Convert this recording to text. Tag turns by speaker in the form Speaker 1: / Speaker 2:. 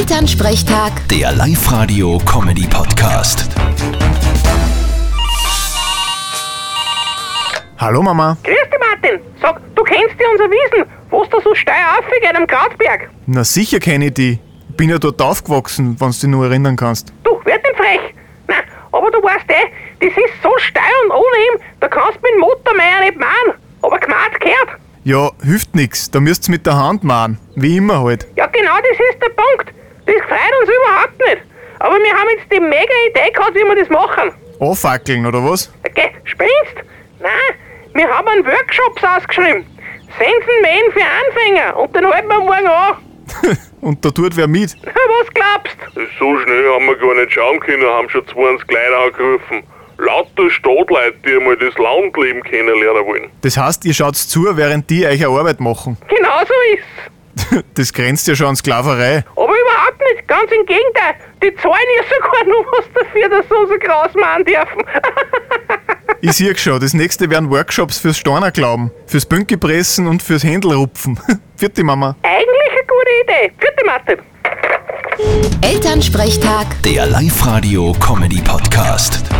Speaker 1: Elternsprechtag,
Speaker 2: Der Live-Radio-Comedy-Podcast.
Speaker 3: Hallo Mama.
Speaker 4: Grüß dich, Martin. Sag, du kennst ja unser Wiesen. Wo da so steil aufgeht am Krautberg?
Speaker 3: Na sicher kenne ich die. Bin ja dort aufgewachsen, wenn du dich nur erinnern kannst.
Speaker 4: Du, werd nicht frech. Nein, aber du weißt eh, das ist so steil und uneben, da kannst mit dem Motormeier nicht machen. Aber gemacht gehört.
Speaker 3: Ja, hilft nix, da müsst's mit der Hand machen. Wie immer halt.
Speaker 4: Ja, genau das ist der Punkt. Das freut uns überhaupt nicht. Aber wir haben jetzt die mega Idee gehabt, wie wir das machen.
Speaker 3: Anfackeln, oder was?
Speaker 4: Okay, spinnst? Nein, wir haben einen Workshops ausgeschrieben. Sensenmähen für Anfänger und den halten wir morgen an.
Speaker 3: Und da tut wer mit.
Speaker 4: Was glaubst?
Speaker 5: So schnell haben wir gar nicht schauen können, haben schon 20 Leute angerufen. Lauter Stadtleute, die einmal das Landleben kennenlernen wollen.
Speaker 3: Das heißt, ihr schaut zu, während die euch eine Arbeit machen.
Speaker 4: Genau so ist's.
Speaker 3: Das grenzt ja schon an Sklaverei.
Speaker 4: Aber überhaupt nicht, ganz im Gegenteil. Die zahlen ja sogar noch was dafür, dass sie unsere Kraus machen dürfen.
Speaker 3: Ich sehe schon, das nächste wären Workshops fürs Steiner glauben, fürs Bünkepressen und fürs Händelrupfen. Vierte Mama.
Speaker 4: Eigentlich eine gute Idee. Vierte Martin.
Speaker 1: Elternsprechtag.
Speaker 2: Der Live-Radio-Comedy-Podcast.